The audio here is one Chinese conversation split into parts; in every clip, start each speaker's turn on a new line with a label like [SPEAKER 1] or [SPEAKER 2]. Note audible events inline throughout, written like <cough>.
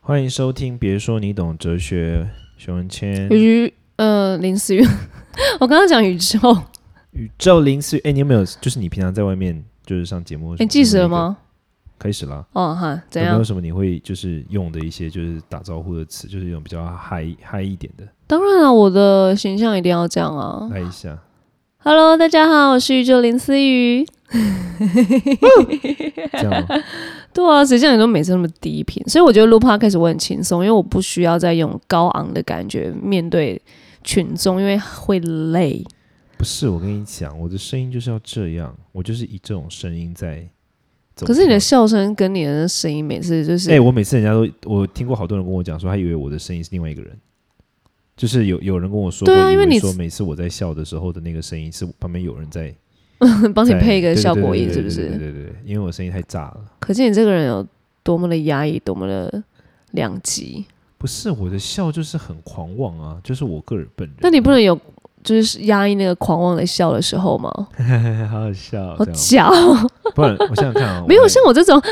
[SPEAKER 1] 欢迎收听，别说你懂哲学，熊文谦，
[SPEAKER 2] 宇呃林思雨， <laughs> 我刚刚讲宇宙，
[SPEAKER 1] 宇宙零四。哎，你有没有就是你平常在外面就是上节目？
[SPEAKER 2] 你哎计时了？吗？
[SPEAKER 1] 开始啦。
[SPEAKER 2] 哦哈，怎
[SPEAKER 1] 有没
[SPEAKER 2] 样
[SPEAKER 1] 有？什么你会就是用的一些就是打招呼的词，就是一种比较嗨嗨一点的，
[SPEAKER 2] 当然了，我的形象一定要这样啊。
[SPEAKER 1] 来一下。
[SPEAKER 2] Hello，大家好，我是宇宙林思雨。
[SPEAKER 1] 这样吗
[SPEAKER 2] 对啊，谁叫你都每次那么低频？所以我觉得录 podcast 我很轻松，因为我不需要再用高昂的感觉面对群众，因为会累。
[SPEAKER 1] 不是，我跟你讲，我的声音就是要这样，我就是以这种声音在走跳。
[SPEAKER 2] 可是你的笑声跟你的声音每次就是，
[SPEAKER 1] 哎、我每次人家都，我听过好多人跟我讲说，他以为我的声音是另外一个人，就是有有人跟我说过，
[SPEAKER 2] 对啊
[SPEAKER 1] 以
[SPEAKER 2] 因为你
[SPEAKER 1] 说每次我在笑的时候的那个声音是旁边有人在
[SPEAKER 2] <laughs> 帮你
[SPEAKER 1] 在
[SPEAKER 2] 配一个
[SPEAKER 1] 对对
[SPEAKER 2] 效
[SPEAKER 1] 对
[SPEAKER 2] 果
[SPEAKER 1] 对
[SPEAKER 2] 音，
[SPEAKER 1] 对
[SPEAKER 2] 是不
[SPEAKER 1] 对
[SPEAKER 2] 是？
[SPEAKER 1] 对对对，因为我声音太炸了。
[SPEAKER 2] 可见你这个人有多么的压抑，多么的两极。
[SPEAKER 1] 不是我的笑就是很狂妄啊，就是我个人本人。
[SPEAKER 2] 那你不能有就是压抑那个狂妄的笑的时候吗？
[SPEAKER 1] 能 <laughs> 好好笑，
[SPEAKER 2] 好
[SPEAKER 1] 哦这样
[SPEAKER 2] 假哦，，
[SPEAKER 1] 不然我想想看啊
[SPEAKER 2] <laughs> 没有
[SPEAKER 1] 我
[SPEAKER 2] 像我这种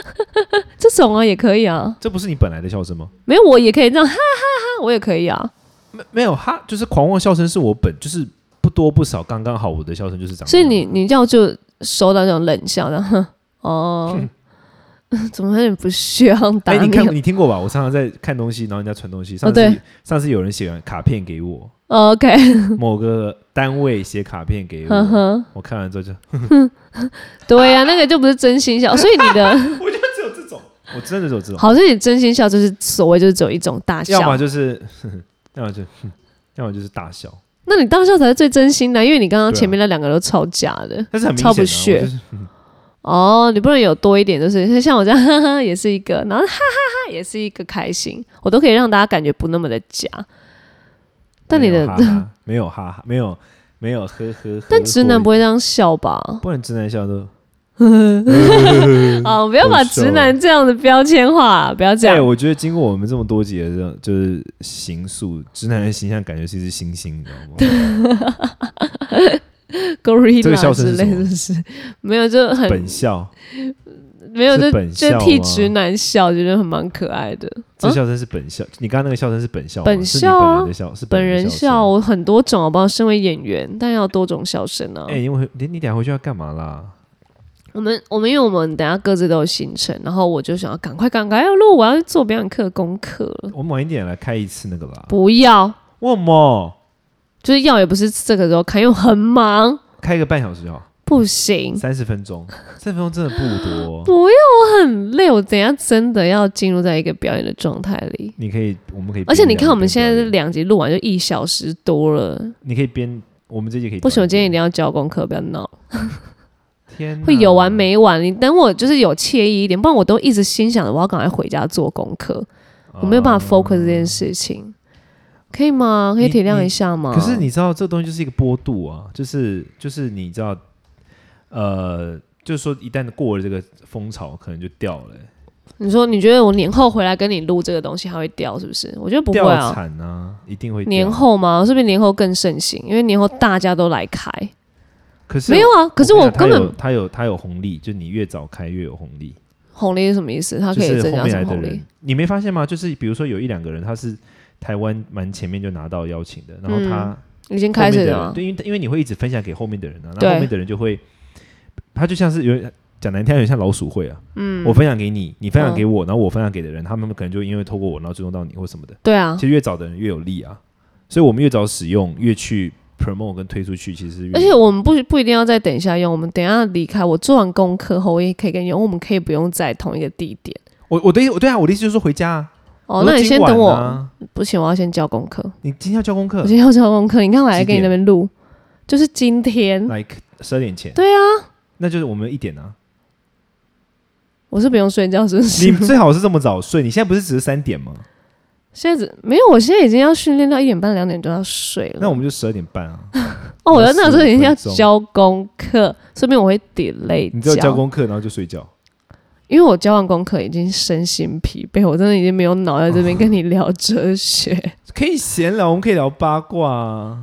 [SPEAKER 2] 这种啊也可以啊，
[SPEAKER 1] 这不是你本来的笑声吗？
[SPEAKER 2] 没有我也可以这样哈哈哈，我也可以啊。
[SPEAKER 1] 没没有哈，就是狂妄笑声是我本就是不多不少，刚刚好，我的笑声就是长这
[SPEAKER 2] 所以
[SPEAKER 1] 样。啊
[SPEAKER 2] 你你这样就收到那种冷笑，然后哦，
[SPEAKER 1] <laughs>
[SPEAKER 2] 怎么有点不屑啊打
[SPEAKER 1] 哎、你
[SPEAKER 2] 你啊？
[SPEAKER 1] 看你听过吧？我常常在看东西，然后人家传东西。上次、
[SPEAKER 2] 哦对
[SPEAKER 1] 上次有人写完卡片给我，
[SPEAKER 2] 哦
[SPEAKER 1] 哎
[SPEAKER 2] OK，
[SPEAKER 1] 某个单位写卡片给
[SPEAKER 2] 呵
[SPEAKER 1] 我，
[SPEAKER 2] 呵，
[SPEAKER 1] 我看完之后就，
[SPEAKER 2] 对呀、啊，那个就不是真
[SPEAKER 1] <laughs>
[SPEAKER 2] 心笑，所以你的
[SPEAKER 1] 我就只有这种，我真的只有这种，
[SPEAKER 2] 好，所以你真心笑就是所谓就是只有一种大
[SPEAKER 1] 要么
[SPEAKER 2] 笑，
[SPEAKER 1] 就是， <laughs> 要么就，要么就是大笑，
[SPEAKER 2] 那你大笑才是最真心的，因为你刚刚
[SPEAKER 1] 对啊
[SPEAKER 2] 前面那两个都超假的。
[SPEAKER 1] 但是很明显、啊，
[SPEAKER 2] 超不屑
[SPEAKER 1] 我就是
[SPEAKER 2] 哦，你不能有多一点，就是 <laughs> 像我这样哈哈也是一个，然后哈哈哈也是一个开心，我都可以让大家感觉不那么的假。但你
[SPEAKER 1] 没有
[SPEAKER 2] 的，
[SPEAKER 1] 哈哈没有哈哈，没有没有呵呵呵，
[SPEAKER 2] 但直男不会这样笑吧？
[SPEAKER 1] 不然直男笑都，
[SPEAKER 2] 哦，不要把直男这样的标签化，不要这
[SPEAKER 1] 哎、
[SPEAKER 2] 样。
[SPEAKER 1] 我觉得经过我们这么多集的这种就是形塑，直男的形象感觉是一只猩猩，你知道吗？这个笑声
[SPEAKER 2] Gorilla
[SPEAKER 1] 是
[SPEAKER 2] 之类
[SPEAKER 1] 什么
[SPEAKER 2] 是不是？没有，就很
[SPEAKER 1] 本校，
[SPEAKER 2] 没有，
[SPEAKER 1] 是
[SPEAKER 2] 就
[SPEAKER 1] 本
[SPEAKER 2] 就
[SPEAKER 1] 校
[SPEAKER 2] 替
[SPEAKER 1] 吗
[SPEAKER 2] 直男笑，觉得很蛮可爱的。
[SPEAKER 1] 这
[SPEAKER 2] 啊
[SPEAKER 1] 笑声是本校，你刚刚那个笑声是本校吗，
[SPEAKER 2] 本
[SPEAKER 1] 是你
[SPEAKER 2] 校
[SPEAKER 1] 本
[SPEAKER 2] 啊
[SPEAKER 1] 人的笑，是
[SPEAKER 2] 本
[SPEAKER 1] 人声
[SPEAKER 2] 人笑，。啊我很多种，好不好？身为演员，但要多种笑声啊。
[SPEAKER 1] 哎、你回你你等一下回去要干嘛啦？
[SPEAKER 2] 我们我们因为我们等一下各自都有行程，然后我就想要赶快赶快要录，我要去做表演课功课了。
[SPEAKER 1] 我晚一点来开一次那个啦。
[SPEAKER 2] 不要，
[SPEAKER 1] 为什么？
[SPEAKER 2] 就是要也不是这个时候看，因为我很忙，
[SPEAKER 1] 开个半小时就好，
[SPEAKER 2] 不行，
[SPEAKER 1] 三十分钟，三十分钟真的不多。
[SPEAKER 2] 嗯不要，我很累，我等一下真的要进入在一个表演的状态里。
[SPEAKER 1] 你可以，我们可以边聊。
[SPEAKER 2] 而且你看，我们现在
[SPEAKER 1] 边
[SPEAKER 2] 是
[SPEAKER 1] 聊，
[SPEAKER 2] 两集录完就一小时多了，
[SPEAKER 1] 你可以边，我们这集可以。
[SPEAKER 2] 不行，我今天一定要交功课，不要闹，
[SPEAKER 1] 天哪
[SPEAKER 2] 会有完？没完。你等我就是有惬意一点，不然我都一直心想着我要赶快回家做功课，
[SPEAKER 1] 啊
[SPEAKER 2] 我没有办法
[SPEAKER 1] 哦
[SPEAKER 2] focus 这件事情，可以吗？可以
[SPEAKER 1] 你
[SPEAKER 2] 体谅
[SPEAKER 1] 你
[SPEAKER 2] 一下吗？
[SPEAKER 1] 可是你知道，这东西就是一个波度啊，就是就是你知道，呃，就是说一旦过了这个风潮，可能就掉了、欸
[SPEAKER 2] 你说你觉得我年后回来跟你录这个东西还会掉是不是？我觉得不会
[SPEAKER 1] 掉
[SPEAKER 2] 啊，
[SPEAKER 1] 产啊，一定会掉
[SPEAKER 2] 年。后吗？是不是年后更盛行？因为年后大家都来开，
[SPEAKER 1] 可是
[SPEAKER 2] 没有啊。可是我
[SPEAKER 1] 跟
[SPEAKER 2] 根
[SPEAKER 1] 你讲
[SPEAKER 2] 本
[SPEAKER 1] 它有它有它有红利，就你越早开越有红利，
[SPEAKER 2] 红利是什么意思？它
[SPEAKER 1] 就
[SPEAKER 2] 可以
[SPEAKER 1] 是
[SPEAKER 2] 增
[SPEAKER 1] 后
[SPEAKER 2] 加
[SPEAKER 1] 面
[SPEAKER 2] 什
[SPEAKER 1] 来
[SPEAKER 2] 么
[SPEAKER 1] 的
[SPEAKER 2] 红利
[SPEAKER 1] 人？，你没发现吗？就是比如说有一两个人他是台湾蛮前面就拿到邀请的，然后他
[SPEAKER 2] 已经
[SPEAKER 1] 后
[SPEAKER 2] 嗯开
[SPEAKER 1] 面的
[SPEAKER 2] 始
[SPEAKER 1] 人、
[SPEAKER 2] 了吗？
[SPEAKER 1] 对，因为因为你会一直分享给后面的人啊，那
[SPEAKER 2] 对
[SPEAKER 1] 后面的人就会，他就像是有讲难听点，有点像老鼠会啊，嗯，我分享给你，你分享给我，
[SPEAKER 2] 嗯
[SPEAKER 1] 然后我分享给的人，他们可能就因为透过我，然后追踪到你或什么的。
[SPEAKER 2] 对啊
[SPEAKER 1] 其，实越早的人越有利啊，所以我们越早使用，越去 promote 跟推出去，其实越
[SPEAKER 2] 而且我们不不一定要再等一下用，我们等一下离开，我做完功课后我也可以跟你用，我们可以不用在同一个地点。
[SPEAKER 1] 我我的意我对啊，我的意思就是说回家啊。
[SPEAKER 2] 哦
[SPEAKER 1] 我，说
[SPEAKER 2] 那你
[SPEAKER 1] 今
[SPEAKER 2] 先
[SPEAKER 1] 晚
[SPEAKER 2] 等我，
[SPEAKER 1] 啊
[SPEAKER 2] 不行，我要先交功课，
[SPEAKER 1] 你今天要交功课
[SPEAKER 2] 我，先要交功课。你看我还
[SPEAKER 1] 嗯几
[SPEAKER 2] 给你那
[SPEAKER 1] 点
[SPEAKER 2] 边录，就是今天，
[SPEAKER 1] 来十二点前，
[SPEAKER 2] 对啊，
[SPEAKER 1] 那就是我们一点啊。
[SPEAKER 2] 我是不用睡觉，是不是？
[SPEAKER 1] 你最好是这么早睡，你现在不是只是三点吗？
[SPEAKER 2] 现在只没有，我现在已经要训练到一点半、两点钟要睡了。
[SPEAKER 1] 那我们就十二点半啊。
[SPEAKER 2] 哦，我要那时候已经要
[SPEAKER 1] 15分钟
[SPEAKER 2] 交功课，顺便我会 delay
[SPEAKER 1] 你只有交功课，然后就睡觉。
[SPEAKER 2] 因为我交完功课已经身心疲惫，我真的已经没有脑在这边跟你聊哲学、 <laughs>
[SPEAKER 1] 可以闲聊，我们可以聊八卦啊。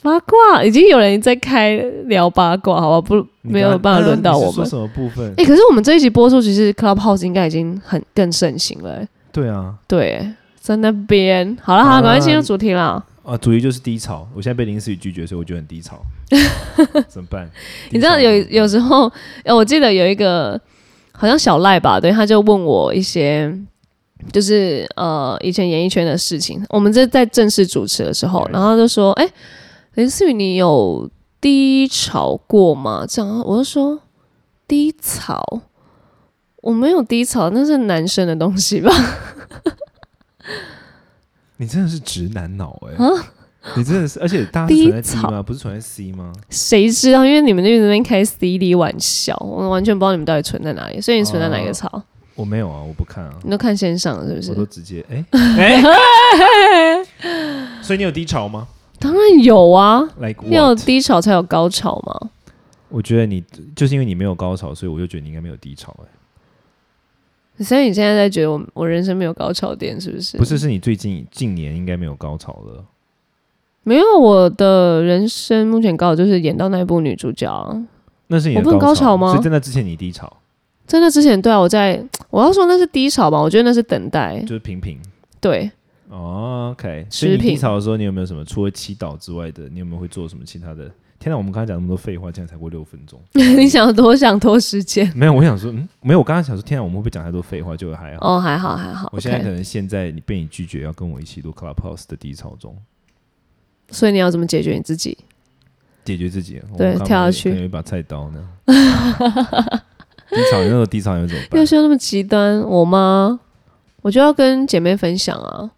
[SPEAKER 2] 八卦，已经有人在开聊八卦，好吧？不，
[SPEAKER 1] 你
[SPEAKER 2] 没有
[SPEAKER 1] 刚
[SPEAKER 2] 办法轮
[SPEAKER 1] 嗯
[SPEAKER 2] 到
[SPEAKER 1] 你是
[SPEAKER 2] 我们
[SPEAKER 1] 说。什么部分？
[SPEAKER 2] 哎、可是我们这一集播出，其实 Clubhouse 应该已经很更盛行了、欸
[SPEAKER 1] 对啊，
[SPEAKER 2] 对，在那边。好了，好了，赶快进入主题了。
[SPEAKER 1] 啊，主题就是低潮。我现在被林思雨拒绝，所以我觉得很低
[SPEAKER 2] <laughs>
[SPEAKER 1] 潮，怎么办？
[SPEAKER 2] 你知道
[SPEAKER 1] 低潮
[SPEAKER 2] 有有时候，呃我记得有一个好像小赖吧，对，他就问我一些，就是呃以前演艺圈的事情。我们这在正式主持的时候，
[SPEAKER 1] 对
[SPEAKER 2] 然后他就说：“哎、林思雨，你有低潮过吗？”这样，我就说：“低潮，我没有低潮，那是男生的东西吧？
[SPEAKER 1] 你真的是直男脑哎、你真的是，而且大家是
[SPEAKER 2] 啊低
[SPEAKER 1] 存在 D
[SPEAKER 2] 潮
[SPEAKER 1] 吗？不是存在 C 吗？
[SPEAKER 2] 谁知道？因为你们那边那边开 CD 玩笑，我完全不知道你们到底存在哪里。所以你存在哪一个
[SPEAKER 1] 哦
[SPEAKER 2] 槽？
[SPEAKER 1] 我没有啊，我不看啊，
[SPEAKER 2] 你都看线上了是不
[SPEAKER 1] 我都
[SPEAKER 2] 是？
[SPEAKER 1] 直接
[SPEAKER 2] <laughs>
[SPEAKER 1] 哎哎、所以你有低潮吗
[SPEAKER 2] 当然有啊。
[SPEAKER 1] ？Like
[SPEAKER 2] 要有
[SPEAKER 1] what？
[SPEAKER 2] 低潮才有高潮嘛？
[SPEAKER 1] 我觉得你就是因为你没有高潮，所以我就觉得你应该没有低潮哎、
[SPEAKER 2] 所以你现在在觉得我我人生没有高潮点是不是？
[SPEAKER 1] 不是，，是你最近近年应该没有高潮了。
[SPEAKER 2] 没有我的人生目前高潮就是演到那一部女主角啊、
[SPEAKER 1] 那是你的
[SPEAKER 2] 我不能
[SPEAKER 1] 高
[SPEAKER 2] 高潮吗
[SPEAKER 1] 所以在那之前你低潮
[SPEAKER 2] 在那之前，对啊，我在我要说那是低潮吧，我觉得那是等待
[SPEAKER 1] 就，是平平。
[SPEAKER 2] 对， <laughs>
[SPEAKER 1] 哦，OK，
[SPEAKER 2] 持
[SPEAKER 1] 所以你低
[SPEAKER 2] 平
[SPEAKER 1] 潮的时候，你有没有什么除了祈祷之外的，你有没有会做什么其他的？天哪，我们刚才讲那么多废话，竟然才过六分
[SPEAKER 2] <laughs>
[SPEAKER 1] 钟。
[SPEAKER 2] 你想要多想拖时间
[SPEAKER 1] 没有，我想说，嗯，没有，我刚刚想说，天啊，我们会不会讲太多废话，就还好。
[SPEAKER 2] 哦，还好还好，
[SPEAKER 1] 我现在
[SPEAKER 2] OK
[SPEAKER 1] 可能现在你被你拒绝，要跟我一起录 Clubhouse 的低潮中，
[SPEAKER 2] 所以你要怎么解决你自己？
[SPEAKER 1] 解决自己。
[SPEAKER 2] 对
[SPEAKER 1] 我刚刚
[SPEAKER 2] 跳下
[SPEAKER 1] 有
[SPEAKER 2] 去
[SPEAKER 1] 可能有一把菜刀呢。 <laughs> 低潮，那种低潮有怎么
[SPEAKER 2] 要
[SPEAKER 1] 办？
[SPEAKER 2] 需要那么极端，我吗？我就要跟姐妹分享啊，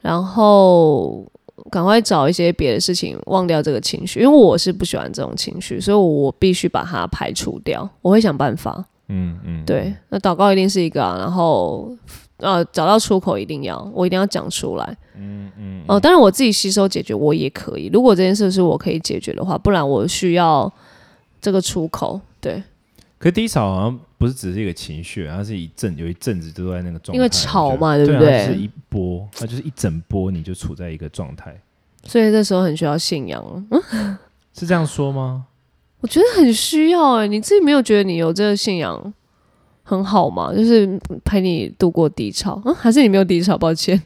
[SPEAKER 2] 然后赶快找一些别的事情忘掉这个情绪，因为我是不喜欢这种情绪，所以我必须把它排除掉。我会想办法，
[SPEAKER 1] 嗯嗯，
[SPEAKER 2] 对，那祷告一定是一个啊，然后呃找到出口一定要，我一定要讲出来。
[SPEAKER 1] 嗯嗯，
[SPEAKER 2] 哦、当然我自己吸收解决我也可以，如果这件事是我可以解决的话，不然我需要这个出口，对，
[SPEAKER 1] 可是低潮好像不是只是一个情绪，它是一阵有一阵子都在那个状态，
[SPEAKER 2] 因为吵嘛
[SPEAKER 1] 我觉
[SPEAKER 2] 对
[SPEAKER 1] 得
[SPEAKER 2] 不
[SPEAKER 1] 对啊？
[SPEAKER 2] 对
[SPEAKER 1] 它就是一波，它就是一整波，你就处在一个状态，
[SPEAKER 2] 所以这时候很需要信仰哦。
[SPEAKER 1] 是这样说吗？
[SPEAKER 2] 我觉得很需要哎、你自己没有觉得你有这个信仰很好吗？就是陪你度过低潮，嗯，还是你没有低潮？抱歉，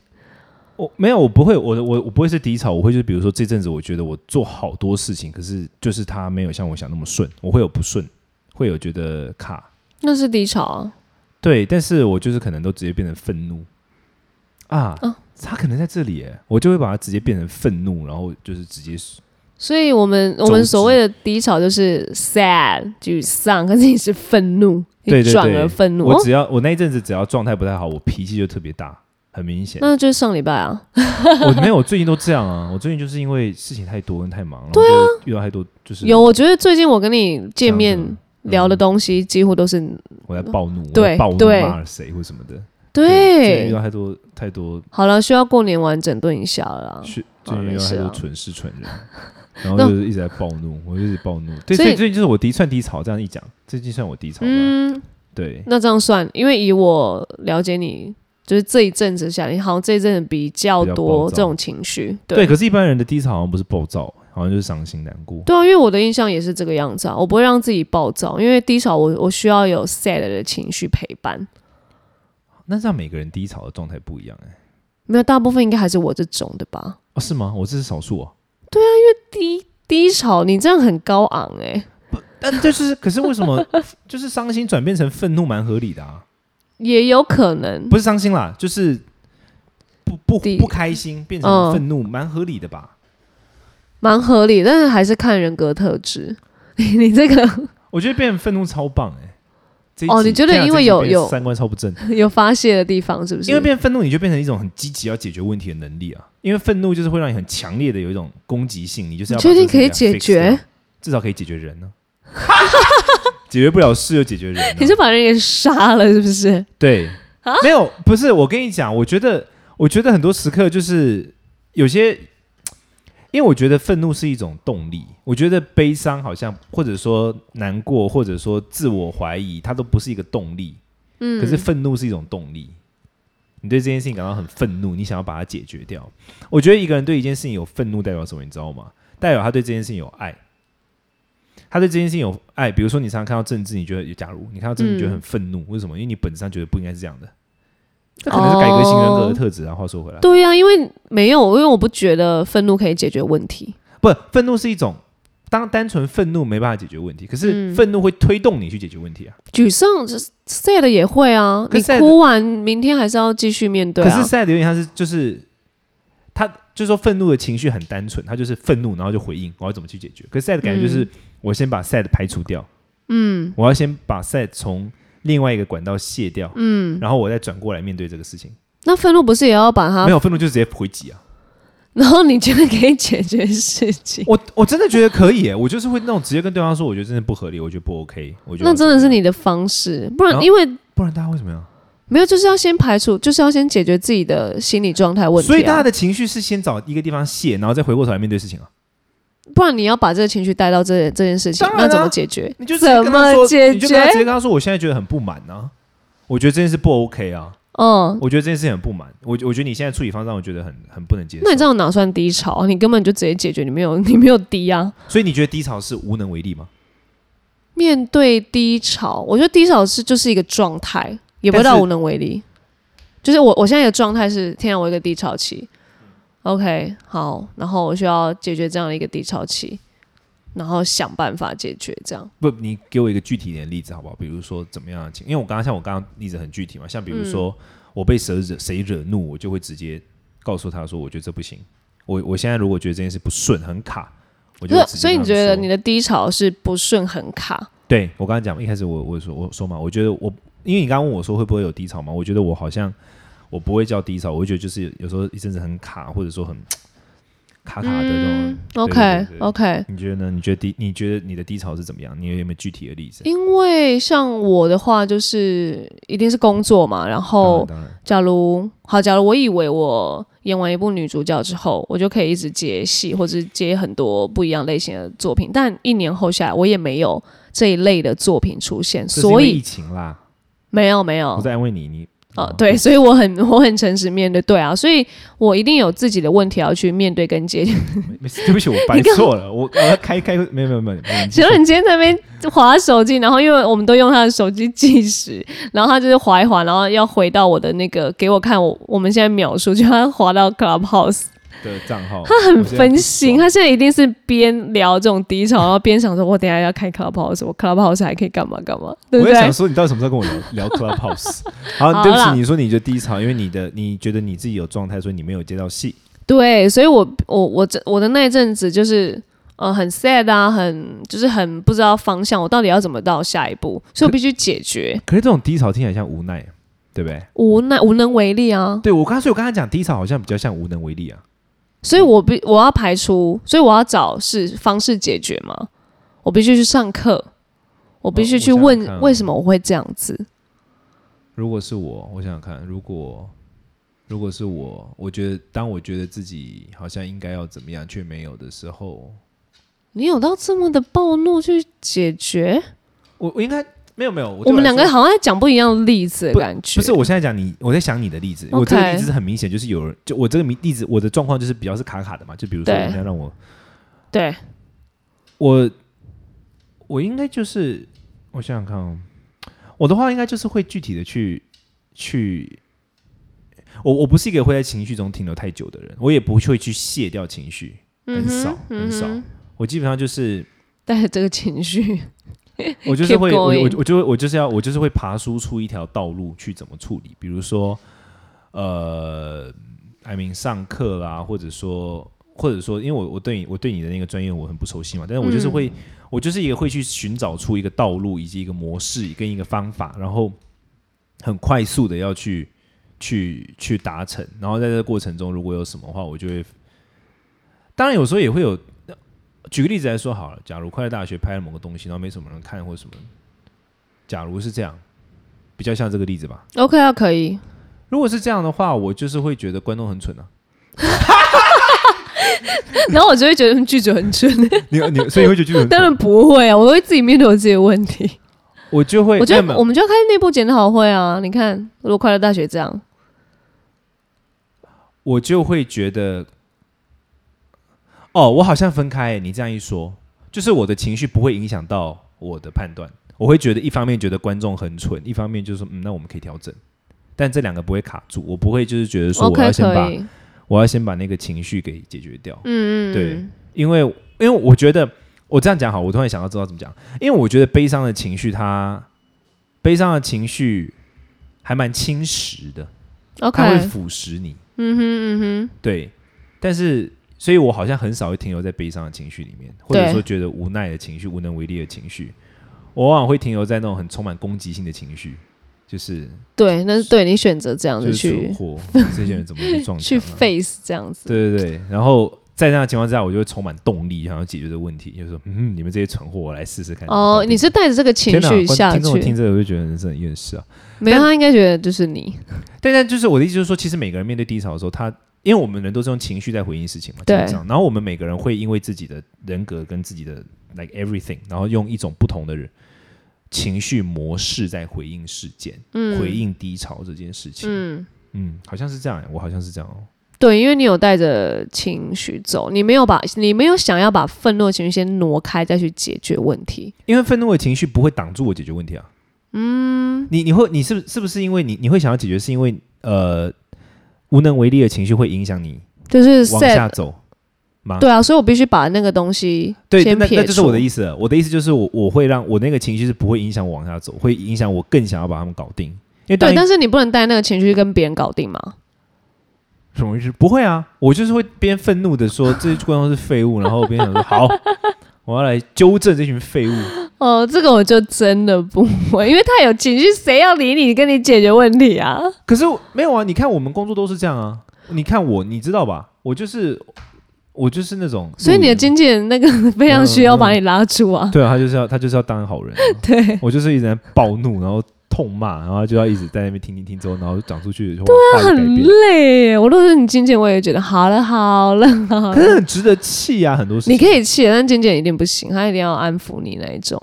[SPEAKER 1] 我没有，我不会，我的我我不会是低潮，我会就是比如说这阵子我觉得我做好多事情，可是就是它没有像我想那么顺，我会有不顺，会有觉得卡，
[SPEAKER 2] 那是低潮啊。
[SPEAKER 1] 对，但是我就是可能都直接变成愤怒啊，
[SPEAKER 2] 哦
[SPEAKER 1] 它可能在这里耶，我就会把它直接变成愤怒，然后就是直接
[SPEAKER 2] 所以我们我们所谓的低潮就是 sad 沮丧，可是你是愤怒，
[SPEAKER 1] 对对
[SPEAKER 2] 你
[SPEAKER 1] 对
[SPEAKER 2] 转而愤怒，
[SPEAKER 1] 我
[SPEAKER 2] 哦
[SPEAKER 1] 只要我那一阵子只要状态不太好，我脾气就特别大，很明显。
[SPEAKER 2] 那就是上礼拜啊，
[SPEAKER 1] 我没有，我最近都这样啊。我最近就是因为事情太多跟太忙，对啊，遇到太多就是
[SPEAKER 2] 有。我觉得最近我跟你见
[SPEAKER 1] 这样
[SPEAKER 2] 面
[SPEAKER 1] 子
[SPEAKER 2] 聊的东西几乎都是
[SPEAKER 1] 我在暴怒，我
[SPEAKER 2] 对
[SPEAKER 1] 在暴怒
[SPEAKER 2] 对
[SPEAKER 1] 骂了谁或什么的。最近遇
[SPEAKER 2] 对
[SPEAKER 1] 到。太多太多，
[SPEAKER 2] 好了，需要过年完整顿一下了啦。
[SPEAKER 1] 去
[SPEAKER 2] 好
[SPEAKER 1] 最近遇
[SPEAKER 2] 没
[SPEAKER 1] 到
[SPEAKER 2] 啊事
[SPEAKER 1] 太多
[SPEAKER 2] 啊
[SPEAKER 1] 蠢事蠢
[SPEAKER 2] <laughs>
[SPEAKER 1] 人，然后
[SPEAKER 2] 那
[SPEAKER 1] 就是一直在暴怒，我就一直暴怒。对，
[SPEAKER 2] 所
[SPEAKER 1] 所
[SPEAKER 2] 以
[SPEAKER 1] 以最近就是我低算低潮，这样一讲，最近算我低潮吧。
[SPEAKER 2] 嗯，
[SPEAKER 1] 对，
[SPEAKER 2] 那这样算，因为以我了解你，就是这一阵子下来，你好像这一阵子比较
[SPEAKER 1] 比较暴
[SPEAKER 2] 多
[SPEAKER 1] 躁
[SPEAKER 2] 这种情绪，
[SPEAKER 1] 对，
[SPEAKER 2] 对
[SPEAKER 1] 可是一般人的低潮好像不是暴躁，好像就是伤心难过。
[SPEAKER 2] 对啊，因为我的印象也是这个样子啊，我不会让自己暴躁，因为低潮我我需要有 sad 的情绪陪伴，
[SPEAKER 1] 那这样每个人低潮的状态不一样哎。
[SPEAKER 2] 没有大部分应该还是我这种的吧？
[SPEAKER 1] 哦，是吗？我这是少数啊。
[SPEAKER 2] 低低潮，你这样很高昂哎、
[SPEAKER 1] 但就是，可是为什么 <laughs> 就是伤心转变成愤怒，蛮合理的啊？
[SPEAKER 2] 也有可能
[SPEAKER 1] 不是伤心啦，就是不不
[SPEAKER 2] 第
[SPEAKER 1] 不开心变成
[SPEAKER 2] 嗯
[SPEAKER 1] 愤怒，蛮合理的吧？
[SPEAKER 2] 蛮合理，但是还是看人格特质。 <laughs> 你你这个
[SPEAKER 1] 我觉得变成愤怒超棒哎、这一
[SPEAKER 2] 哦
[SPEAKER 1] 集
[SPEAKER 2] 你觉得
[SPEAKER 1] 天啊
[SPEAKER 2] 因
[SPEAKER 1] 这一
[SPEAKER 2] 为
[SPEAKER 1] 集
[SPEAKER 2] 有
[SPEAKER 1] 变
[SPEAKER 2] 有
[SPEAKER 1] 三观超不正，
[SPEAKER 2] 有发泄的地方是不是？
[SPEAKER 1] 因为变愤怒你就变成一种很积极要解决问题的能力啊。因为愤怒就是会让你很强烈的有一种攻击性，你就是要
[SPEAKER 2] 你确
[SPEAKER 1] 把这
[SPEAKER 2] 定
[SPEAKER 1] 个事情
[SPEAKER 2] 可以
[SPEAKER 1] 给它
[SPEAKER 2] 解
[SPEAKER 1] fix
[SPEAKER 2] 决
[SPEAKER 1] 掉？至少可以解决人呢、 <laughs> 解决不了事又解决人啊、
[SPEAKER 2] <laughs> 你就把人给杀了是不是？
[SPEAKER 1] 对，
[SPEAKER 2] 啊
[SPEAKER 1] 没有，不是我跟你讲，我觉得，我觉得很多时刻就是有些，因为我觉得愤怒是一种动力，我觉得悲伤好像或者说难过或者说自我怀疑，它都不是一个动力，
[SPEAKER 2] 嗯，
[SPEAKER 1] 可是愤怒是一种动力。你对这件事情感到很愤怒，你想要把它解决掉。我觉得一个人对一件事情有愤怒，代表什么？你知道吗？代表他对这件事情有爱。他对这件事情有爱，比如说你常常看到政治，你觉得，假如你看到政治，
[SPEAKER 2] 嗯
[SPEAKER 1] 你觉得很愤怒，为什么？因为你本质上觉得不应该是这样的。这可能是改革型人格的
[SPEAKER 2] 哦
[SPEAKER 1] 特质啊。话说回来，
[SPEAKER 2] 对呀、因为没有，因为我不觉得愤怒可以解决问题。
[SPEAKER 1] 不，愤怒是一种，当单纯愤怒没办法解决问题，可是
[SPEAKER 2] 嗯
[SPEAKER 1] 愤怒会推动你去解决问题啊。
[SPEAKER 2] 沮丧这 sad 也会啊，
[SPEAKER 1] 可
[SPEAKER 2] 你
[SPEAKER 1] sad-
[SPEAKER 2] 哭完，明天还是要继续面对
[SPEAKER 1] 可
[SPEAKER 2] 啊。
[SPEAKER 1] 是 sad 有点像是就是。他就是说愤怒的情绪很单纯，他就是愤怒，然后就回应我要怎么去解决。可是 sad 感觉
[SPEAKER 2] 嗯
[SPEAKER 1] 就是、我先把 sad 排除掉，嗯，我要先把 sad 从另外一个管道卸掉，嗯，然后我再转过来面对这个事情。
[SPEAKER 2] 那愤怒不是也要把它
[SPEAKER 1] 没，有愤怒就直接回击啊！
[SPEAKER 2] <laughs> 然后你觉得可以解决事情？
[SPEAKER 1] 我我真的觉得可以耶，我就是会那种直接跟对方说，我觉得真的不合理，我觉得不 OK，我觉得
[SPEAKER 2] 那真的是
[SPEAKER 1] 要怎么样，
[SPEAKER 2] 你的方式，不
[SPEAKER 1] 然
[SPEAKER 2] 然
[SPEAKER 1] 后
[SPEAKER 2] 因为
[SPEAKER 1] 不然大家为什么要？
[SPEAKER 2] 没有，就是要先排除，就是要先解决自己的心理状态问题、啊。
[SPEAKER 1] 所以大家的情绪是先找一个地方泄，然后再回过头来面对事情啊。
[SPEAKER 2] 不然你要把这个情绪带到这这件事情，
[SPEAKER 1] 当然啊
[SPEAKER 2] 那怎么解决？
[SPEAKER 1] 你就直接
[SPEAKER 2] 怎
[SPEAKER 1] 跟他说
[SPEAKER 2] 么解
[SPEAKER 1] 你就跟他直接
[SPEAKER 2] 决？
[SPEAKER 1] 跟他说，我现在觉得很不满啊，我觉得这件事不 OK 啊，
[SPEAKER 2] 嗯，
[SPEAKER 1] 我觉得这件事情很不满，我我觉得你现在处理方式让我觉得很很不能接受
[SPEAKER 2] 那你。这样哪算低潮？你根本就直接解决，你没有你没有低啊。
[SPEAKER 1] 所以你觉得低潮是无能为力吗？
[SPEAKER 2] 面对低潮，我觉得低潮是就是一个状态，也不会
[SPEAKER 1] 但
[SPEAKER 2] 到
[SPEAKER 1] 是
[SPEAKER 2] 无能为力。就是我我现在的状态是，天啊，我有一个低潮期，OK，好，然后我需要解决这样的一个低潮期，然后想办法解决这样。
[SPEAKER 1] 不，你给我一个具体一点的例子好不好？比如说怎么样的情？因为我刚刚像我刚刚例子很具体嘛，像比如说、
[SPEAKER 2] 嗯
[SPEAKER 1] 我被谁惹谁惹怒，我就会直接告诉他说，我觉得这不行。我我现在如果觉得这件事不顺很卡，我就会
[SPEAKER 2] 所以
[SPEAKER 1] 直接
[SPEAKER 2] 所以你
[SPEAKER 1] 跟他
[SPEAKER 2] 觉
[SPEAKER 1] 们
[SPEAKER 2] 得
[SPEAKER 1] 说
[SPEAKER 2] 你的低潮是不顺很卡？
[SPEAKER 1] 对我刚刚讲一开始我我说我说嘛，我觉得我因为你刚刚问我说会不会有低潮嘛，我觉得我好像我不会叫低潮，我会觉得就是有时候一阵子很卡，或者说很卡卡的那种。对对
[SPEAKER 2] 嗯，OK
[SPEAKER 1] 对对
[SPEAKER 2] OK。
[SPEAKER 1] 你觉得呢？你觉得低？你觉得你的低潮是怎么样？你有没有具体的例子？
[SPEAKER 2] 因为像我的话，就是一定是工作嘛，然
[SPEAKER 1] 当
[SPEAKER 2] 后
[SPEAKER 1] 然当然
[SPEAKER 2] 假如好，假如我以为我演完一部女主角之后，我就可以一直接戏，或者是接很多不一样类型的作品，但一年后下来，我也没有这一类的作品出现，
[SPEAKER 1] 这是因
[SPEAKER 2] 所
[SPEAKER 1] 为疫
[SPEAKER 2] 以
[SPEAKER 1] 情啦，
[SPEAKER 2] 没有没有
[SPEAKER 1] 我，在安嗯慰你，你
[SPEAKER 2] 呃，对，所以我很我很诚实面对，对啊，所以我一定有自己的问题要去面对跟解决。
[SPEAKER 1] 没没事，对不起，我白错了，我我要开开，没有没有没有，没有
[SPEAKER 2] 结果你今天在那边划手机，然后因为我们都用他的手机计时，然后他就是划一划，然后要回到我的那个给我看我我们现在秒数，就他划到 Clubhouse，
[SPEAKER 1] 的账号，
[SPEAKER 2] 他很
[SPEAKER 1] 我现在
[SPEAKER 2] 分
[SPEAKER 1] 不
[SPEAKER 2] 心，
[SPEAKER 1] 爽
[SPEAKER 2] 他现在一定是边聊这种低潮，然后 <laughs> 边想说，我等一下要开 Clubhouse，我 Clubhouse 还可以干嘛干嘛，对不
[SPEAKER 1] 我也
[SPEAKER 2] 对
[SPEAKER 1] 想？说，你到底什么时候跟我聊聊 <laughs> Clubhouse？好，
[SPEAKER 2] 好
[SPEAKER 1] 对不起，
[SPEAKER 2] 啦
[SPEAKER 1] 你说你觉得低潮，因为你的你觉得你自己有状态，所以你没有接到戏。
[SPEAKER 2] 对，所以我我我这我的那一阵子就是。呃，很 sad 啊，很就是很不知道方向，我到底要怎么到下一步，所以我必须解决，
[SPEAKER 1] 可是这种低潮听起来像无奈，对不对？
[SPEAKER 2] 无奈无能为力啊。
[SPEAKER 1] 对我刚才，所以我刚才讲低潮好像比较像无能为力啊。
[SPEAKER 2] 所以我必我要排除，所以我要找是方式解决嘛。我必须去上课，我必须去
[SPEAKER 1] 哦我想
[SPEAKER 2] 问、
[SPEAKER 1] 想看哦
[SPEAKER 2] 为什么我会这样子。
[SPEAKER 1] 如果是我，我想想看，如果如果是我，我觉得当我觉得自己好像应该要怎么样，却没有的时候，
[SPEAKER 2] 你有到这么的暴怒去解决？
[SPEAKER 1] 我我应该没有没有，我
[SPEAKER 2] 我
[SPEAKER 1] 对
[SPEAKER 2] 们
[SPEAKER 1] 来
[SPEAKER 2] 两个
[SPEAKER 1] 说
[SPEAKER 2] 好像在讲不一样的例子的感觉。
[SPEAKER 1] 不是，我现在讲你，我在想你的例子。我这个
[SPEAKER 2] OK
[SPEAKER 1] 例子是很明显，就是有人就我这个例例子，我的状况就是比较是卡卡的嘛。就比如说
[SPEAKER 2] 对
[SPEAKER 1] 人家让我，
[SPEAKER 2] 对，
[SPEAKER 1] 我我应该就是我想想看、哦，我的话应该就是会具体的去去，我我不是一个会在情绪中停留太久的人，我也不会去卸掉情绪，
[SPEAKER 2] 嗯
[SPEAKER 1] 很少、很少。我基本上就是
[SPEAKER 2] 带着这个情绪，
[SPEAKER 1] 我就是会，
[SPEAKER 2] Keep
[SPEAKER 1] 我
[SPEAKER 2] going
[SPEAKER 1] 我我就会我就是要我就是会爬输出一条道路去怎么处理，比如说，呃，I mean 上课啦，或者说或者说，因为我我对你我对你的那个专业我很不熟悉嘛，但是我就是
[SPEAKER 2] 嗯
[SPEAKER 1] 会、我就是一个会去寻找出一个道路以及一个模式跟一个方法，然后很快速的要去去去达成，然后在这个过程中如果有什么话，我就会，当然有时候也会有举个例子来说好了，假如快乐大学拍了某个东西，然后没什么人看或什么，假如是这样，比较像这个例子吧。
[SPEAKER 2] OK 啊，可以。
[SPEAKER 1] 如果是这样的话，我就是会觉得观众很蠢啊。
[SPEAKER 2] <laughs> 然后我就会觉得嗯拒绝很蠢，
[SPEAKER 1] 你你所以会觉得剧
[SPEAKER 2] 当然不
[SPEAKER 1] <laughs>
[SPEAKER 2] 会啊，我会自己面对我自己的问题。
[SPEAKER 1] 我就会，
[SPEAKER 2] 我觉
[SPEAKER 1] 没
[SPEAKER 2] 得
[SPEAKER 1] 有
[SPEAKER 2] 我们就要开内部检讨会啊。你看，如果快乐大学这样，
[SPEAKER 1] 我就会觉得，哦，我好像分开欸。你这样一说，就是我的情绪不会影响到我的判断。我会觉得一方面觉得观众很蠢，一方面就是说，嗯，那我们可以调整。但这两个不会卡住，我不会就是觉得说我要
[SPEAKER 2] OK，
[SPEAKER 1] 先把
[SPEAKER 2] 可以，嗯
[SPEAKER 1] 我要先把那个情绪给解决掉，
[SPEAKER 2] 嗯嗯，
[SPEAKER 1] 对
[SPEAKER 2] 嗯
[SPEAKER 1] 因为因为我觉得我这样讲好，我突然想到知道怎么讲，因为我觉得悲伤的情绪它悲伤的情绪还蛮侵蚀的，
[SPEAKER 2] ，OK，
[SPEAKER 1] 它会腐蚀你，
[SPEAKER 2] 嗯哼嗯哼，
[SPEAKER 1] 对，但是。所以我好像很少会停留在悲伤的情绪里面，或者
[SPEAKER 2] 对
[SPEAKER 1] 说觉得无奈的情绪、无能为力的情绪，我往往会停留在那种很充满攻击性的情绪，就是
[SPEAKER 2] 对，那是对你选择这样
[SPEAKER 1] 就
[SPEAKER 2] 子
[SPEAKER 1] 是
[SPEAKER 2] 去
[SPEAKER 1] 蠢货，这些人怎么会
[SPEAKER 2] <laughs>
[SPEAKER 1] 撞墙、啊？
[SPEAKER 2] 去 face 这样子，
[SPEAKER 1] 对对对，然后在那样的情况之下，我就会充满动力，想要解决这个问题，就是说，嗯，你们这些蠢货，我来试试看。
[SPEAKER 2] 哦，你
[SPEAKER 1] 是
[SPEAKER 2] 是带着这个情绪下
[SPEAKER 1] 听众
[SPEAKER 2] 去
[SPEAKER 1] 听，这个，我就觉得人生很厌世啊。
[SPEAKER 2] 没有，他应该觉得就是你，
[SPEAKER 1] 对，但就是我的意思就是说，其实每个人面对低潮的时候，他因为我们人都是用情绪在回应事情嘛，基
[SPEAKER 2] 对
[SPEAKER 1] 本上，然后我们每个人会因为自己的人格跟自己的 like everything，然后用一种不同的人情绪模式在回应事件，
[SPEAKER 2] 嗯，
[SPEAKER 1] 回，应低潮这件事情。嗯
[SPEAKER 2] 嗯，
[SPEAKER 1] 好像是这样、欸，我好像是这样哦。
[SPEAKER 2] 对，因为你有带着情绪走，你没有把你没有想要把愤怒的情绪先挪开，再去解决问题，
[SPEAKER 1] 因为愤怒的情绪不会挡住我解决问题啊。嗯，你你会你是是不是因为你你会想要解决，是因为呃无能为力的情绪会影响你
[SPEAKER 2] 就是
[SPEAKER 1] 往下
[SPEAKER 2] set，
[SPEAKER 1] 走吗？
[SPEAKER 2] 对啊，所以我必须把那个东西
[SPEAKER 1] 对，
[SPEAKER 2] 先
[SPEAKER 1] 那那
[SPEAKER 2] 撇
[SPEAKER 1] 就是我的
[SPEAKER 2] 除，
[SPEAKER 1] 意思了。我的意思就是我我会让我那个情绪是不会影响我往下走，会影响我更想要把他们搞定。因为当
[SPEAKER 2] 对，
[SPEAKER 1] 你
[SPEAKER 2] 但是你不能带那个情绪去跟别人搞定嘛，
[SPEAKER 1] 什么意思？不会啊，我就是会边愤怒的说这些观众是废物，然后边想说
[SPEAKER 2] <laughs>
[SPEAKER 1] 好，我要来纠正这群废物。
[SPEAKER 2] 哦，这个我就真的不会，因为他有情绪，谁要理你，跟你解决问题啊？
[SPEAKER 1] 可是我没有啊，你看我们工作都是这样啊。你看我，你知道吧？我就是我就是那种，
[SPEAKER 2] 所以你的经纪人那个 <laughs> 非常需要
[SPEAKER 1] 嗯
[SPEAKER 2] 把你拉住啊。
[SPEAKER 1] 对啊，他就是要他就是要当好人啊、
[SPEAKER 2] <laughs> 对，
[SPEAKER 1] 我就是一直在暴怒，然后痛骂，然后就要一直在那边听听听之后，然后讲出去，对啊，
[SPEAKER 2] 很累耶。我如果是你经纪人，我也觉得好了好了 <laughs> 好
[SPEAKER 1] 可是
[SPEAKER 2] 了。
[SPEAKER 1] 很值得气啊，很多事情
[SPEAKER 2] 你可以气，但经纪人一定不行，他一定要安抚你那一种。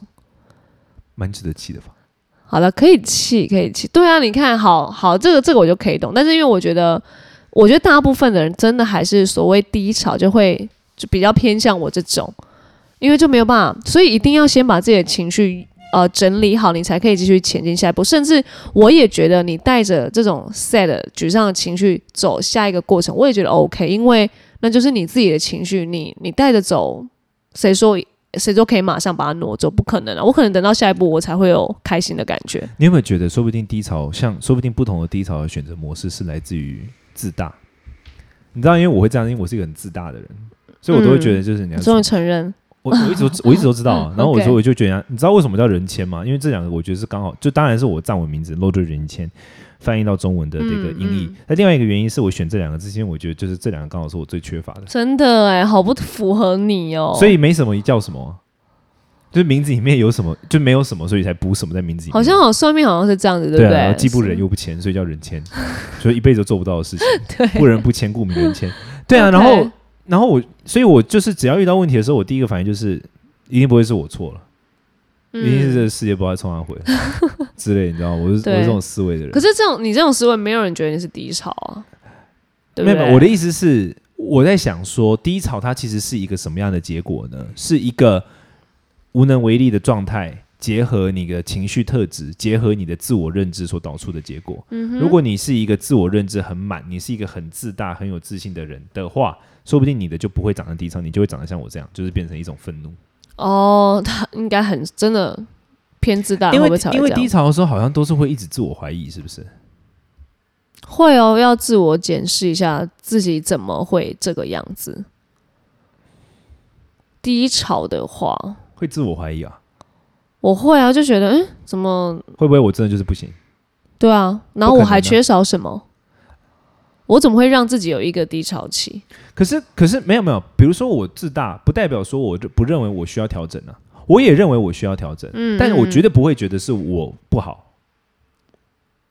[SPEAKER 1] 蛮值得气的吧？
[SPEAKER 2] 好了，可以气，可以气。对啊，你看，好好，这个这个我就可以懂。但是因为我觉得，我觉得大部分的人真的还是所谓低潮，就会就比较偏向我这种，因为就没有办法，所以一定要先把自己的情绪呃整理好，你才可以继续前进下一步。甚至我也觉得，你带着这种 sad 沮丧的情绪走下一个过程，我也觉得 OK，因为那就是你自己的情绪，你你带着走，谁说谁都可以马上把它挪走，不可能啊！我可能等到下一步我才会有开心的感觉。
[SPEAKER 1] 你有没有觉得，说不定低潮像，说不定不同的低潮的选择模式是来自于自大？你知道，因为我会这样，因为我是一个很自大的人，所以我都会觉得就是你要
[SPEAKER 2] 我终于承认，
[SPEAKER 1] 我我一直都我一直都知道啊，然后我
[SPEAKER 2] 嗯 OK
[SPEAKER 1] 说我就觉得，你知道为什么叫人签吗？因为这两个我觉得是刚好，就当然是我藏文名字“肉就人签”翻译到中文的这个音
[SPEAKER 2] 嗯
[SPEAKER 1] 译
[SPEAKER 2] 嗯。
[SPEAKER 1] 那、另外一个原因是我选这两个字，是因为我觉得就是这两个刚好是我最缺乏的，
[SPEAKER 2] 真的哎，好不符合你哦。
[SPEAKER 1] 所以没什么叫什么啊，就是名字里面有什么就没有什么，所以才补什么在名字里面。
[SPEAKER 2] 好像好算命，好像是这样子，对
[SPEAKER 1] 对
[SPEAKER 2] 不
[SPEAKER 1] 啊，然
[SPEAKER 2] 对？
[SPEAKER 1] 后既不仁又不谦，所以叫人谦， <laughs> 所以一辈子都做不到的事情。
[SPEAKER 2] <laughs> 对，
[SPEAKER 1] 不仁不谦，故名人谦。对啊，
[SPEAKER 2] OK
[SPEAKER 1] 然后然后我，所以我就是只要遇到问题的时候，我第一个反应就是一定不会是我错了。一定是这
[SPEAKER 2] 嗯。
[SPEAKER 1] 个世界不知道在冲哪回
[SPEAKER 2] <laughs>
[SPEAKER 1] 之类，你知道吗？我是我是
[SPEAKER 2] 对
[SPEAKER 1] 这种思维的人。
[SPEAKER 2] 可是这种你这种思维，没有人觉得你是低潮啊，对不
[SPEAKER 1] 没有，
[SPEAKER 2] 对？
[SPEAKER 1] 没有我的意思是，我在想说，低潮它其实是一个什么样的结果呢？是一个无能为力的状态，结合你的情绪特质，结合你的自我认知所导出的结果。
[SPEAKER 2] 嗯哼，
[SPEAKER 1] 如果你是一个自我认知很满，你是一个很自大、很有自信的人的话，说不定你的就不会长得低潮，你就会长得像我这样，就是变成一种愤怒。
[SPEAKER 2] 哦，他应该很真的偏自大，
[SPEAKER 1] 因为
[SPEAKER 2] 啊会不会才会
[SPEAKER 1] 因为
[SPEAKER 2] 这样
[SPEAKER 1] 低潮的时候，好像都是会一直自我怀疑，是不是？
[SPEAKER 2] 会哦，要自我检视一下自己怎么会这个样子。低潮的话，
[SPEAKER 1] 会自我怀疑啊？
[SPEAKER 2] 我会啊，就觉得嗯，怎么
[SPEAKER 1] 会不会我真的就是不行？
[SPEAKER 2] 对啊？然后
[SPEAKER 1] 不可
[SPEAKER 2] 我
[SPEAKER 1] 能
[SPEAKER 2] 还
[SPEAKER 1] 啊
[SPEAKER 2] 缺少什么？我怎么会让自己有一个低潮期？
[SPEAKER 1] 可是可是没有没有，比如说我自大，不代表说我就不认为我需要调整啊，我也认为我需要调整，
[SPEAKER 2] 嗯
[SPEAKER 1] 但是我
[SPEAKER 2] 嗯
[SPEAKER 1] 绝对不会觉得是我不好，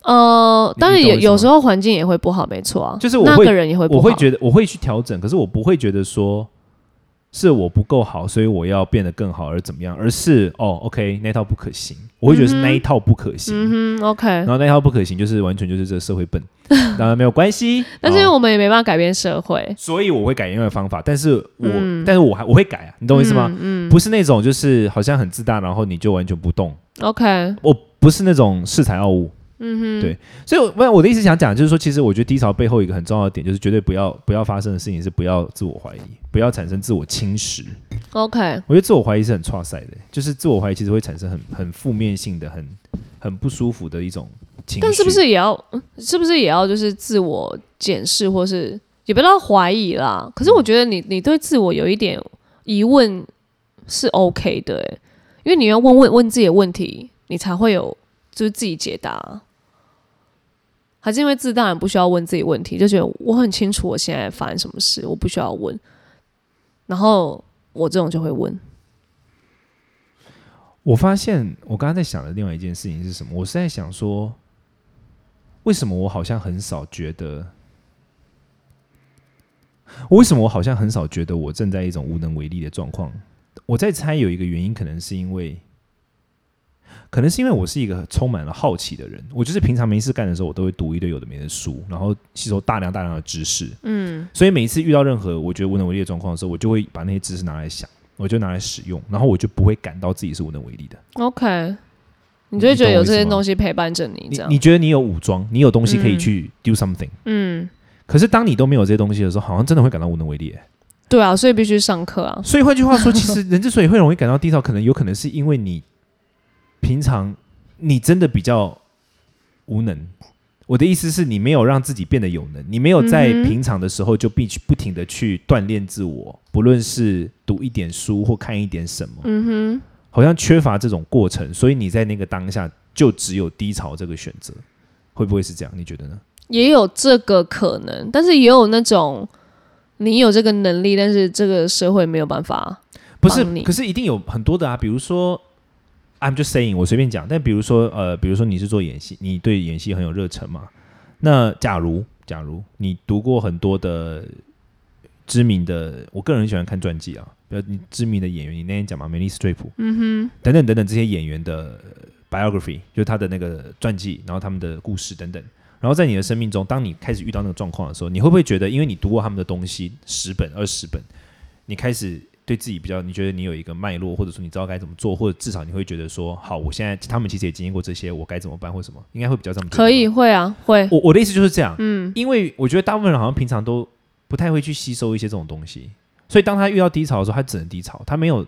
[SPEAKER 2] 呃，
[SPEAKER 1] 你
[SPEAKER 2] 当然
[SPEAKER 1] 你懂
[SPEAKER 2] 有
[SPEAKER 1] 我意思吗
[SPEAKER 2] 有时候环境也会不好，没错啊，
[SPEAKER 1] 就是我
[SPEAKER 2] 那
[SPEAKER 1] 会
[SPEAKER 2] 个人也会不好，
[SPEAKER 1] 我会觉得我会去调整，可是我不会觉得说是我不够好，所以我要变得更好而怎么样，而是哦，OK 那套不可行，我会觉得是那一套不可行。
[SPEAKER 2] 嗯哼，OK
[SPEAKER 1] 然。后那一套不可行，就是完全就是这个社会
[SPEAKER 2] <laughs>
[SPEAKER 1] 笨，当然没有关系。
[SPEAKER 2] 但是因为
[SPEAKER 1] 哦
[SPEAKER 2] 我们也没办法改变社会，
[SPEAKER 1] 所以我会改另外方法，但是我、
[SPEAKER 2] 嗯
[SPEAKER 1] 但是我还我会改啊，你懂我意思吗？
[SPEAKER 2] 嗯
[SPEAKER 1] 不是那种就是好像很自大，然后你就完全不动，
[SPEAKER 2] 嗯，OK，
[SPEAKER 1] 我不是那种恃才傲物，
[SPEAKER 2] 嗯哼，
[SPEAKER 1] 对所以我，我我的意思想讲就是说，其实我觉得低潮背后一个很重要的点，就是绝对不要不要发生的事情是不要自我怀疑，不要产生自我侵蚀。
[SPEAKER 2] ，OK，
[SPEAKER 1] 我觉得自我怀疑是很挫赛的，就是自我怀疑其实会产生很很负面性的、很很不舒服的一种情绪。
[SPEAKER 2] 但是不是也要，嗯是不是也要就是自我检视，或是也不要怀疑啦？可是我觉得你你对自我有一点疑问是 OK 的、欸，因为你要问问问自己的问题，你才会有就是自己解答。还是因为自大人不需要问自己问题，就觉得我很清楚我现在发生什么事，我不需要问。然后我这种就会问，
[SPEAKER 1] 我发现我刚刚在想的另外一件事情是什么？我是在想说，为什么我好像很少觉得，为什么我好像很少觉得我正在一种无能为力的状况？我在猜有一个原因，可能是因为，可能是因为我是一个充满了好奇的人。我就是平常没事干的时候，我都会读一堆有的没的书，然后吸收大量大量的知识。
[SPEAKER 2] 嗯
[SPEAKER 1] 所以每一次遇到任何我觉得无能为力的状况的时候，我就会把那些知识拿来想，我就拿来使用，然后我就不会感到自己是无能为力的。
[SPEAKER 2] ，OK，你就会觉得有这些东
[SPEAKER 1] 西，
[SPEAKER 2] 西陪伴着你，
[SPEAKER 1] 你
[SPEAKER 2] 这样
[SPEAKER 1] 你，觉得你有武装，你有东西可以去 do something，、
[SPEAKER 2] 嗯，
[SPEAKER 1] 可是当你都没有这些东西的时候，好像真的会感到无能为
[SPEAKER 2] <laughs>
[SPEAKER 1] 力耶。
[SPEAKER 2] 对啊，所以必须上课啊，
[SPEAKER 1] 所以换句话说，其实人之所以会容易感到低潮，可能有可能是因为你平常你真的比较无能。我的意思是你没有让自己变得有能，你没有在
[SPEAKER 2] 嗯哼
[SPEAKER 1] 平常的时候就必须不停的去锻炼自我，不论是读一点书或看一点什么，
[SPEAKER 2] 嗯
[SPEAKER 1] 好像缺乏这种过程，所以你在那个当下就只有低潮这个选择，会不会是这样？你觉得呢？
[SPEAKER 2] 哼，也有这个可能，但是也有那种你有这个能力，但是这个社会没有办法。
[SPEAKER 1] 不是
[SPEAKER 2] 帮你，
[SPEAKER 1] 可是一定有很多的啊，比如说，I'm just saying，我随便讲，但比如说，呃，比如说你是做演戏，你对演戏很有热忱嘛？那假如，假如你读过很多的知名的，我个人很喜欢看传记啊，比如你知名的演员，你那天讲嘛，Meryl Streep，
[SPEAKER 2] 嗯
[SPEAKER 1] 等等等等这些演员的呃 biography，就是他的那个传记，然后他们的故事等等。然后在你的生命中，当你开始遇到那个状况的时候，你会不会觉得，因为你读过他们的东西十本、二十本，你开始对自己比较，你觉得你有一个脉络，或者说你知道该怎么做，或者至少你会觉得说，好，我现在他们其实也经历过这些，我该怎么办或什么，应该会比较这么
[SPEAKER 2] 哼，
[SPEAKER 1] 觉得吧
[SPEAKER 2] 可以，会啊，会，
[SPEAKER 1] <laughs> 我我的意思就是这样，
[SPEAKER 2] 嗯，
[SPEAKER 1] 因为我觉得大部分人好像平常都不太会去吸收一些这种东西，所以当他遇到低潮的时候，他只能低潮，他没有，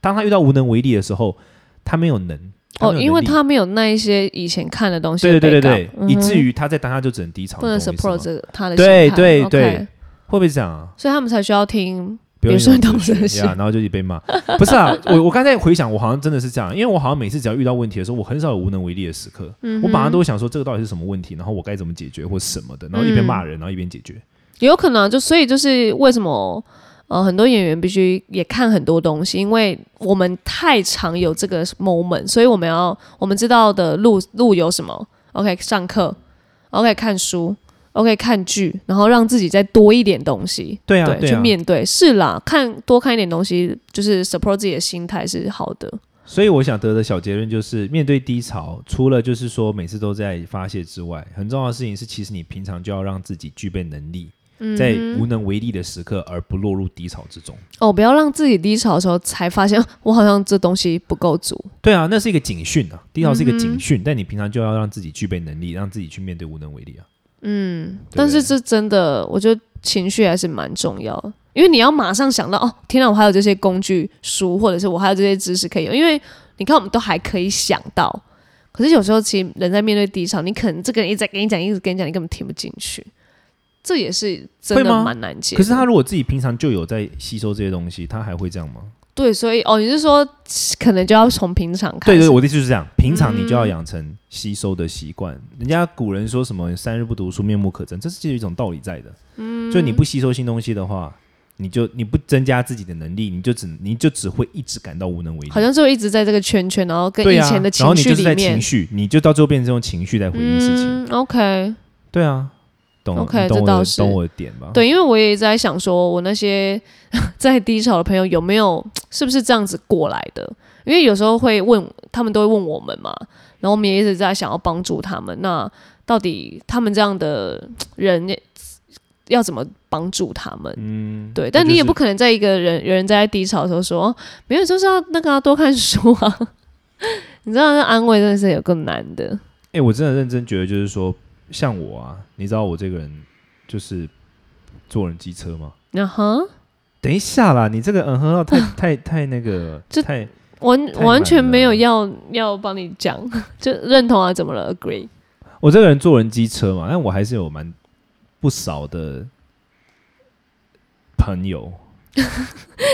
[SPEAKER 1] 当他遇到无能为力的时候，他没有能，他没有
[SPEAKER 2] 哦，
[SPEAKER 1] 能力
[SPEAKER 2] 因为他没有那一些以前看的东西
[SPEAKER 1] 对
[SPEAKER 2] 的
[SPEAKER 1] 对对对
[SPEAKER 2] backup，
[SPEAKER 1] 对，
[SPEAKER 2] 嗯哼
[SPEAKER 1] 以至于他在当下就只能低潮，
[SPEAKER 2] 不能
[SPEAKER 1] 你懂我
[SPEAKER 2] support
[SPEAKER 1] 意思吗
[SPEAKER 2] 这个他的
[SPEAKER 1] 对
[SPEAKER 2] 心态
[SPEAKER 1] 对
[SPEAKER 2] OK
[SPEAKER 1] 对，会不会这样啊？
[SPEAKER 2] 所以他们才需要听，
[SPEAKER 1] 比如
[SPEAKER 2] 别说懂这些
[SPEAKER 1] 呀，然后就一直被骂。不是啊，我我刚才回想，我好像真的是这样，因为我好像每次只要遇到问题的时候，我很少有无能为力的时刻，
[SPEAKER 2] 嗯哼
[SPEAKER 1] 我马上都会想说这个到底是什么问题，然后我该怎么解决或什么的，然后一边
[SPEAKER 2] 嗯
[SPEAKER 1] 骂人，然后一边解决。
[SPEAKER 2] 也有可能啊就所以就是为什么呃很多演员必须也看很多东西，因为我们太常有这个 moment，所以我们要我们知道的路路有什么？OK 上课，OK 看书，OK 看剧，然后让自己再多一点东西。
[SPEAKER 1] 对啊，
[SPEAKER 2] 对，
[SPEAKER 1] 对
[SPEAKER 2] 去
[SPEAKER 1] 啊。
[SPEAKER 2] 面对是啦，看多看一点东西，就是 support 自己的心态是好的。
[SPEAKER 1] 所以我想得的小结论就是，面对低潮，除了就是说每次都在发泄之外，很重要的事情是，其实你平常就要让自己具备能力，
[SPEAKER 2] 嗯
[SPEAKER 1] 在无能为力的时刻而不落入低潮之中。
[SPEAKER 2] 哦，不要让自己低潮的时候才发现，啊我好像这东西不够足。
[SPEAKER 1] 对啊，那是一个警讯啊，低潮是一个
[SPEAKER 2] 嗯
[SPEAKER 1] 警
[SPEAKER 2] 哼
[SPEAKER 1] 讯，但你平常就要让自己具备能力，让自己去面对无能为力啊。
[SPEAKER 2] 嗯，
[SPEAKER 1] 对
[SPEAKER 2] 但是这真的，我觉得情绪还是蛮重要的，因为你要马上想到哦，天哪，我还有这些工具书，或者是我还有这些知识可以用。因为你看，我们都还可以想到，可是有时候其实人在面对低潮，你可能这个人一直在跟你讲，一直跟你讲，你根本听不进去，这也是真
[SPEAKER 1] 会
[SPEAKER 2] 的
[SPEAKER 1] 吗
[SPEAKER 2] 蛮难解的。
[SPEAKER 1] 可是他如果自己平常就有在吸收这些东西，他还会这样吗？
[SPEAKER 2] 对，所以哦，你是说可能就要从平常开
[SPEAKER 1] 对
[SPEAKER 2] 始？嗯
[SPEAKER 1] 对，我的意思就是这样，平常你就要养成吸收的习惯。人家古人说什么“三日不读书，面目可憎”，这是有一种道理在的。嗯，就你不吸收新东西的话，你就你不增加自己的能力，你就只你就只会一直感到无能为力。
[SPEAKER 2] 好像就一直在这个圈圈，然后跟
[SPEAKER 1] 对
[SPEAKER 2] 以
[SPEAKER 1] 啊，
[SPEAKER 2] 前的
[SPEAKER 1] 然后
[SPEAKER 2] 情
[SPEAKER 1] 你
[SPEAKER 2] 绪
[SPEAKER 1] 就是在
[SPEAKER 2] 里
[SPEAKER 1] 情
[SPEAKER 2] 面。
[SPEAKER 1] 绪，你就到最后变成这种情绪来回应事情。
[SPEAKER 2] 嗯，OK，
[SPEAKER 1] 对啊，懂
[SPEAKER 2] OK，
[SPEAKER 1] 你懂
[SPEAKER 2] 这
[SPEAKER 1] 我
[SPEAKER 2] 倒
[SPEAKER 1] 的
[SPEAKER 2] 是
[SPEAKER 1] 懂我的点吧？，
[SPEAKER 2] 对，因为我也一直在想说，我那些 <laughs> 在低潮的朋友有没有是不是这样子过来的？因为有时候会问他们，都会问我们嘛，然后我们也一直在想要帮助他们。那到底他们这样的人要怎么帮助他们？
[SPEAKER 1] 嗯，
[SPEAKER 2] 对，
[SPEAKER 1] 那
[SPEAKER 2] 但
[SPEAKER 1] 就
[SPEAKER 2] 你也
[SPEAKER 1] 是
[SPEAKER 2] 不可能在一个人人在低潮的时候说，哦没 <laughs> 有，就是要那个啊、多看书啊。你知道，那安慰真的是有够难的。
[SPEAKER 1] 哎、我真的认真觉得，就是说，像我啊，你知道我这个人就是坐人机车吗？
[SPEAKER 2] 那哈，
[SPEAKER 1] 等一下啦，你这个嗯哼要太太太那个，
[SPEAKER 2] 这
[SPEAKER 1] 太
[SPEAKER 2] 完
[SPEAKER 1] 太满
[SPEAKER 2] 完全
[SPEAKER 1] 了
[SPEAKER 2] 没有要要帮你讲， <laughs> 就认同啊，怎么了？Agree？
[SPEAKER 1] 我这个人坐人机车嘛，但我还是有蛮不少的朋友。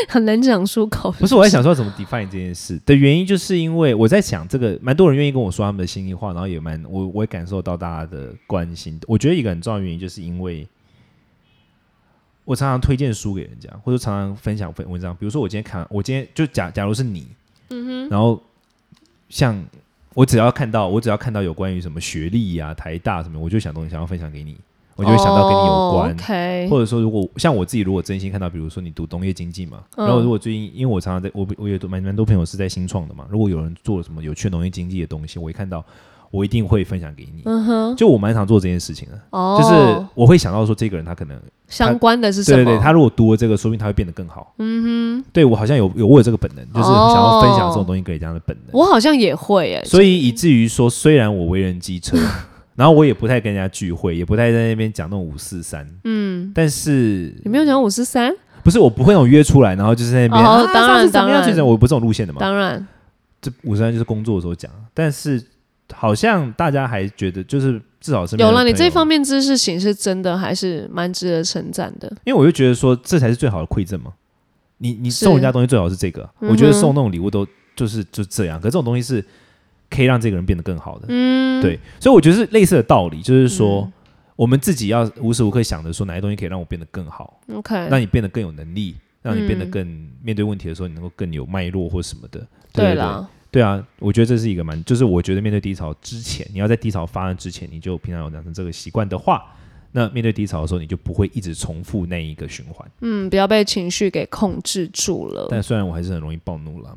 [SPEAKER 2] 很难讲出口。
[SPEAKER 1] 不是，我在想说要怎么 define 这件事的原因，就是因为我在想这个，蛮多人愿意跟我说他们的心里话，然后也蛮我我也感受到大家的关心。我觉得一个很重要的原因，就是因为我常常推荐书给人家，或者常常分享文文章。比如说，我今天看，我今天就假假如是你，嗯哼，然后像我只要看到我只要看到有关于什么学历呀、台大什么，我就想东西想要分享给你，我就会想到跟你有关。
[SPEAKER 2] 哦 OK，
[SPEAKER 1] 或者说，如果像我自己，如果真心看到，比如说你读农业经济嘛，
[SPEAKER 2] 嗯
[SPEAKER 1] 然后如果最近，因为我常常在我我也多蛮蛮多朋友是在新创的嘛，如果有人做了什么有趣农业经济的东西，我一看到，我一定会分享给你。
[SPEAKER 2] 嗯哼，
[SPEAKER 1] 就我蛮常做这件事情的，
[SPEAKER 2] 哦，
[SPEAKER 1] 就是我会想到说，这个人他可能
[SPEAKER 2] 相关的是什
[SPEAKER 1] 对
[SPEAKER 2] 么？
[SPEAKER 1] 对对，他如果读了这个，说不定他会变得更好。
[SPEAKER 2] 嗯
[SPEAKER 1] 对我好像有有我有这个本能，就是想要分享这
[SPEAKER 2] 哦
[SPEAKER 1] 种东西给人家的本
[SPEAKER 2] 哼，
[SPEAKER 1] 能，
[SPEAKER 2] 我好像也会诶，
[SPEAKER 1] 所以以至于说，虽然我为人
[SPEAKER 2] <laughs>
[SPEAKER 1] 机车，然后我也不太跟人家聚会，也不太在那边讲那种五四三，
[SPEAKER 2] 嗯，
[SPEAKER 1] 但是
[SPEAKER 2] 你没有讲五十三？
[SPEAKER 1] 不是我不会那种约出来，然后就是在那边、
[SPEAKER 2] 哦
[SPEAKER 1] 啊、
[SPEAKER 2] 当然
[SPEAKER 1] 上次怎么样
[SPEAKER 2] 当然
[SPEAKER 1] 去怎么样我不是这种路线的嘛。
[SPEAKER 2] 当然，
[SPEAKER 1] 这五十三就是工作的时候讲，但是好像大家还觉得就是至少是
[SPEAKER 2] 有了你这方
[SPEAKER 1] 面，
[SPEAKER 2] 面知识型是真的，还是蛮值得称赞的。
[SPEAKER 1] 因为我就觉得说这才是最好的馈赠嘛。你你
[SPEAKER 2] 是
[SPEAKER 1] 送人家东西最好是这个，
[SPEAKER 2] 嗯哼
[SPEAKER 1] 我觉得送那种礼物都就是就这样，可是这种东西是可以让这个人变得更好的。
[SPEAKER 2] 嗯，
[SPEAKER 1] 对，所以我觉得是类似的道理，就是说、
[SPEAKER 2] 嗯
[SPEAKER 1] 我们自己要无时无刻想着说哪些东西可以让我变得更好，
[SPEAKER 2] ，OK，
[SPEAKER 1] 让你变得更有能力，让你变得
[SPEAKER 2] 嗯
[SPEAKER 1] 更、面对问题的时候，你能够更有脉络或什么的。对
[SPEAKER 2] 对
[SPEAKER 1] 对
[SPEAKER 2] 啦，
[SPEAKER 1] 对啊，我觉得这是一个蛮，就是我觉得面对低潮之前，你要在低潮发生之前，你就平常有养成这个习惯的话，那面对低潮的时候，你就不会一直重复那一个循环。
[SPEAKER 2] 嗯，不要被情绪给控制住了。
[SPEAKER 1] 但虽然我还是很容易暴怒了，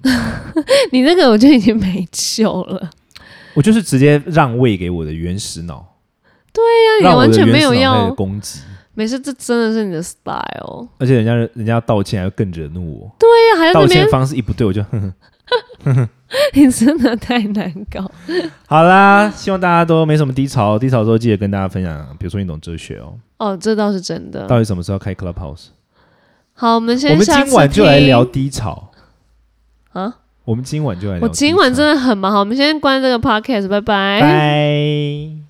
[SPEAKER 2] 你那个我就已经没救了，
[SPEAKER 1] 我就是直接让位给我的原始脑，
[SPEAKER 2] 对呀，
[SPEAKER 1] 让
[SPEAKER 2] 你
[SPEAKER 1] 我
[SPEAKER 2] 完
[SPEAKER 1] 的
[SPEAKER 2] 全
[SPEAKER 1] 原
[SPEAKER 2] 没
[SPEAKER 1] 始
[SPEAKER 2] 有
[SPEAKER 1] 脑开始
[SPEAKER 2] 要，
[SPEAKER 1] 攻击，
[SPEAKER 2] 没事，这真的是你的 style。
[SPEAKER 1] 而且人家人家要道歉还要更惹怒我，
[SPEAKER 2] 对呀，还在
[SPEAKER 1] 道
[SPEAKER 2] 那
[SPEAKER 1] 歉
[SPEAKER 2] 边，
[SPEAKER 1] 方式一不对我就哼哼。
[SPEAKER 2] 你真的太难搞。
[SPEAKER 1] 好啦，希望大家都没什么低潮，低潮的时候记得跟大家分享，比如说你懂哲学哦，
[SPEAKER 2] 哦，这倒是真的。
[SPEAKER 1] 到底什么时候开 Clubhouse？
[SPEAKER 2] 好，我们先
[SPEAKER 1] 我们
[SPEAKER 2] 下次
[SPEAKER 1] 今晚就来
[SPEAKER 2] 听
[SPEAKER 1] 聊低潮，
[SPEAKER 2] 啊！
[SPEAKER 1] 我们今晚就来聊低潮。
[SPEAKER 2] 我今晚真的很忙，好，我们先关这个 podcast，拜拜
[SPEAKER 1] 拜。